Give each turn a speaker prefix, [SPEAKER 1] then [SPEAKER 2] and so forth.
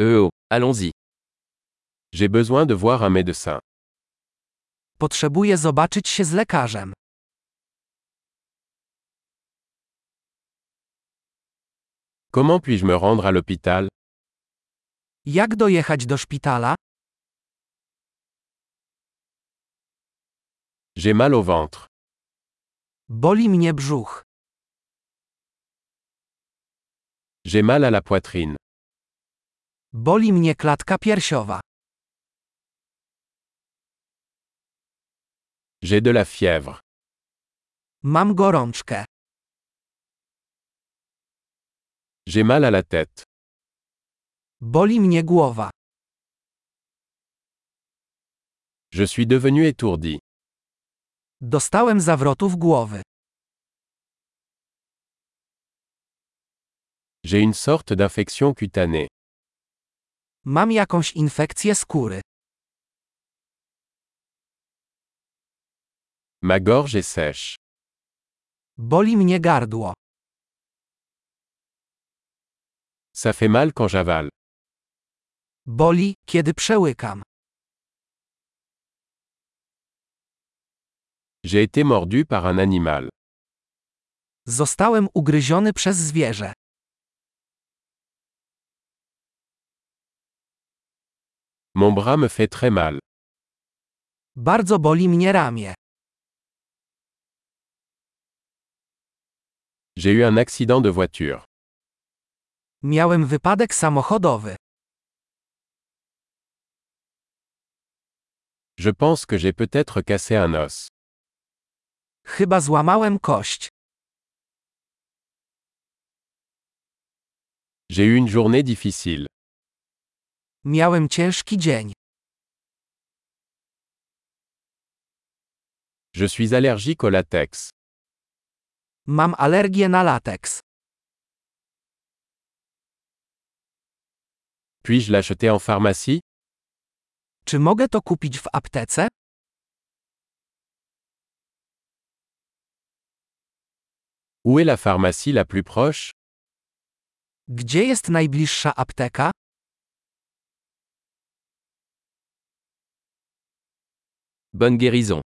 [SPEAKER 1] Euh oh, allons-y.
[SPEAKER 2] J'ai besoin de voir un médecin.
[SPEAKER 3] Potrzebuję zobaczyć się z lekarzem.
[SPEAKER 2] Comment puis-je me rendre à l'hôpital
[SPEAKER 3] Jak dojechać do szpitala?
[SPEAKER 2] J'ai mal au ventre.
[SPEAKER 3] Boli mnie brzuch.
[SPEAKER 2] J'ai mal à la poitrine.
[SPEAKER 3] Boli mnie klatka piersiowa.
[SPEAKER 2] J'ai de la fièvre.
[SPEAKER 3] Mam gorączkę.
[SPEAKER 2] J'ai mal à la tête.
[SPEAKER 3] Boli mnie głowa.
[SPEAKER 2] Je suis devenu étourdi.
[SPEAKER 3] Dostałem zawrotów głowy.
[SPEAKER 2] J'ai une sorte d'infection cutanée.
[SPEAKER 3] Mam jakąś infekcję skóry.
[SPEAKER 2] Ma gorge est sèche.
[SPEAKER 3] Boli mnie gardło.
[SPEAKER 2] Ça fait mal quand j'avale.
[SPEAKER 3] Boli, kiedy przełykam.
[SPEAKER 2] J'ai été mordu par un animal.
[SPEAKER 3] Zostałem ugryziony przez zwierzę.
[SPEAKER 2] Mon bras me fait très mal.
[SPEAKER 3] Bardzo boli mnie ramię.
[SPEAKER 2] J'ai eu un accident de voiture.
[SPEAKER 3] Miałem wypadek samochodowy.
[SPEAKER 2] Je pense que j'ai peut-être cassé un os.
[SPEAKER 3] Chyba złamałem kość.
[SPEAKER 2] J'ai eu une journée difficile.
[SPEAKER 3] Miałem ciężki dzień.
[SPEAKER 2] Je suis allergique au latex.
[SPEAKER 3] Mam alergię na lateks.
[SPEAKER 2] Puis-je l'acheter en pharmacie
[SPEAKER 3] Czy mogę to kupić w aptece?
[SPEAKER 2] Où est la pharmacie la plus proche
[SPEAKER 3] Gdzie jest najbliższa apteka?
[SPEAKER 1] Bonne guérison.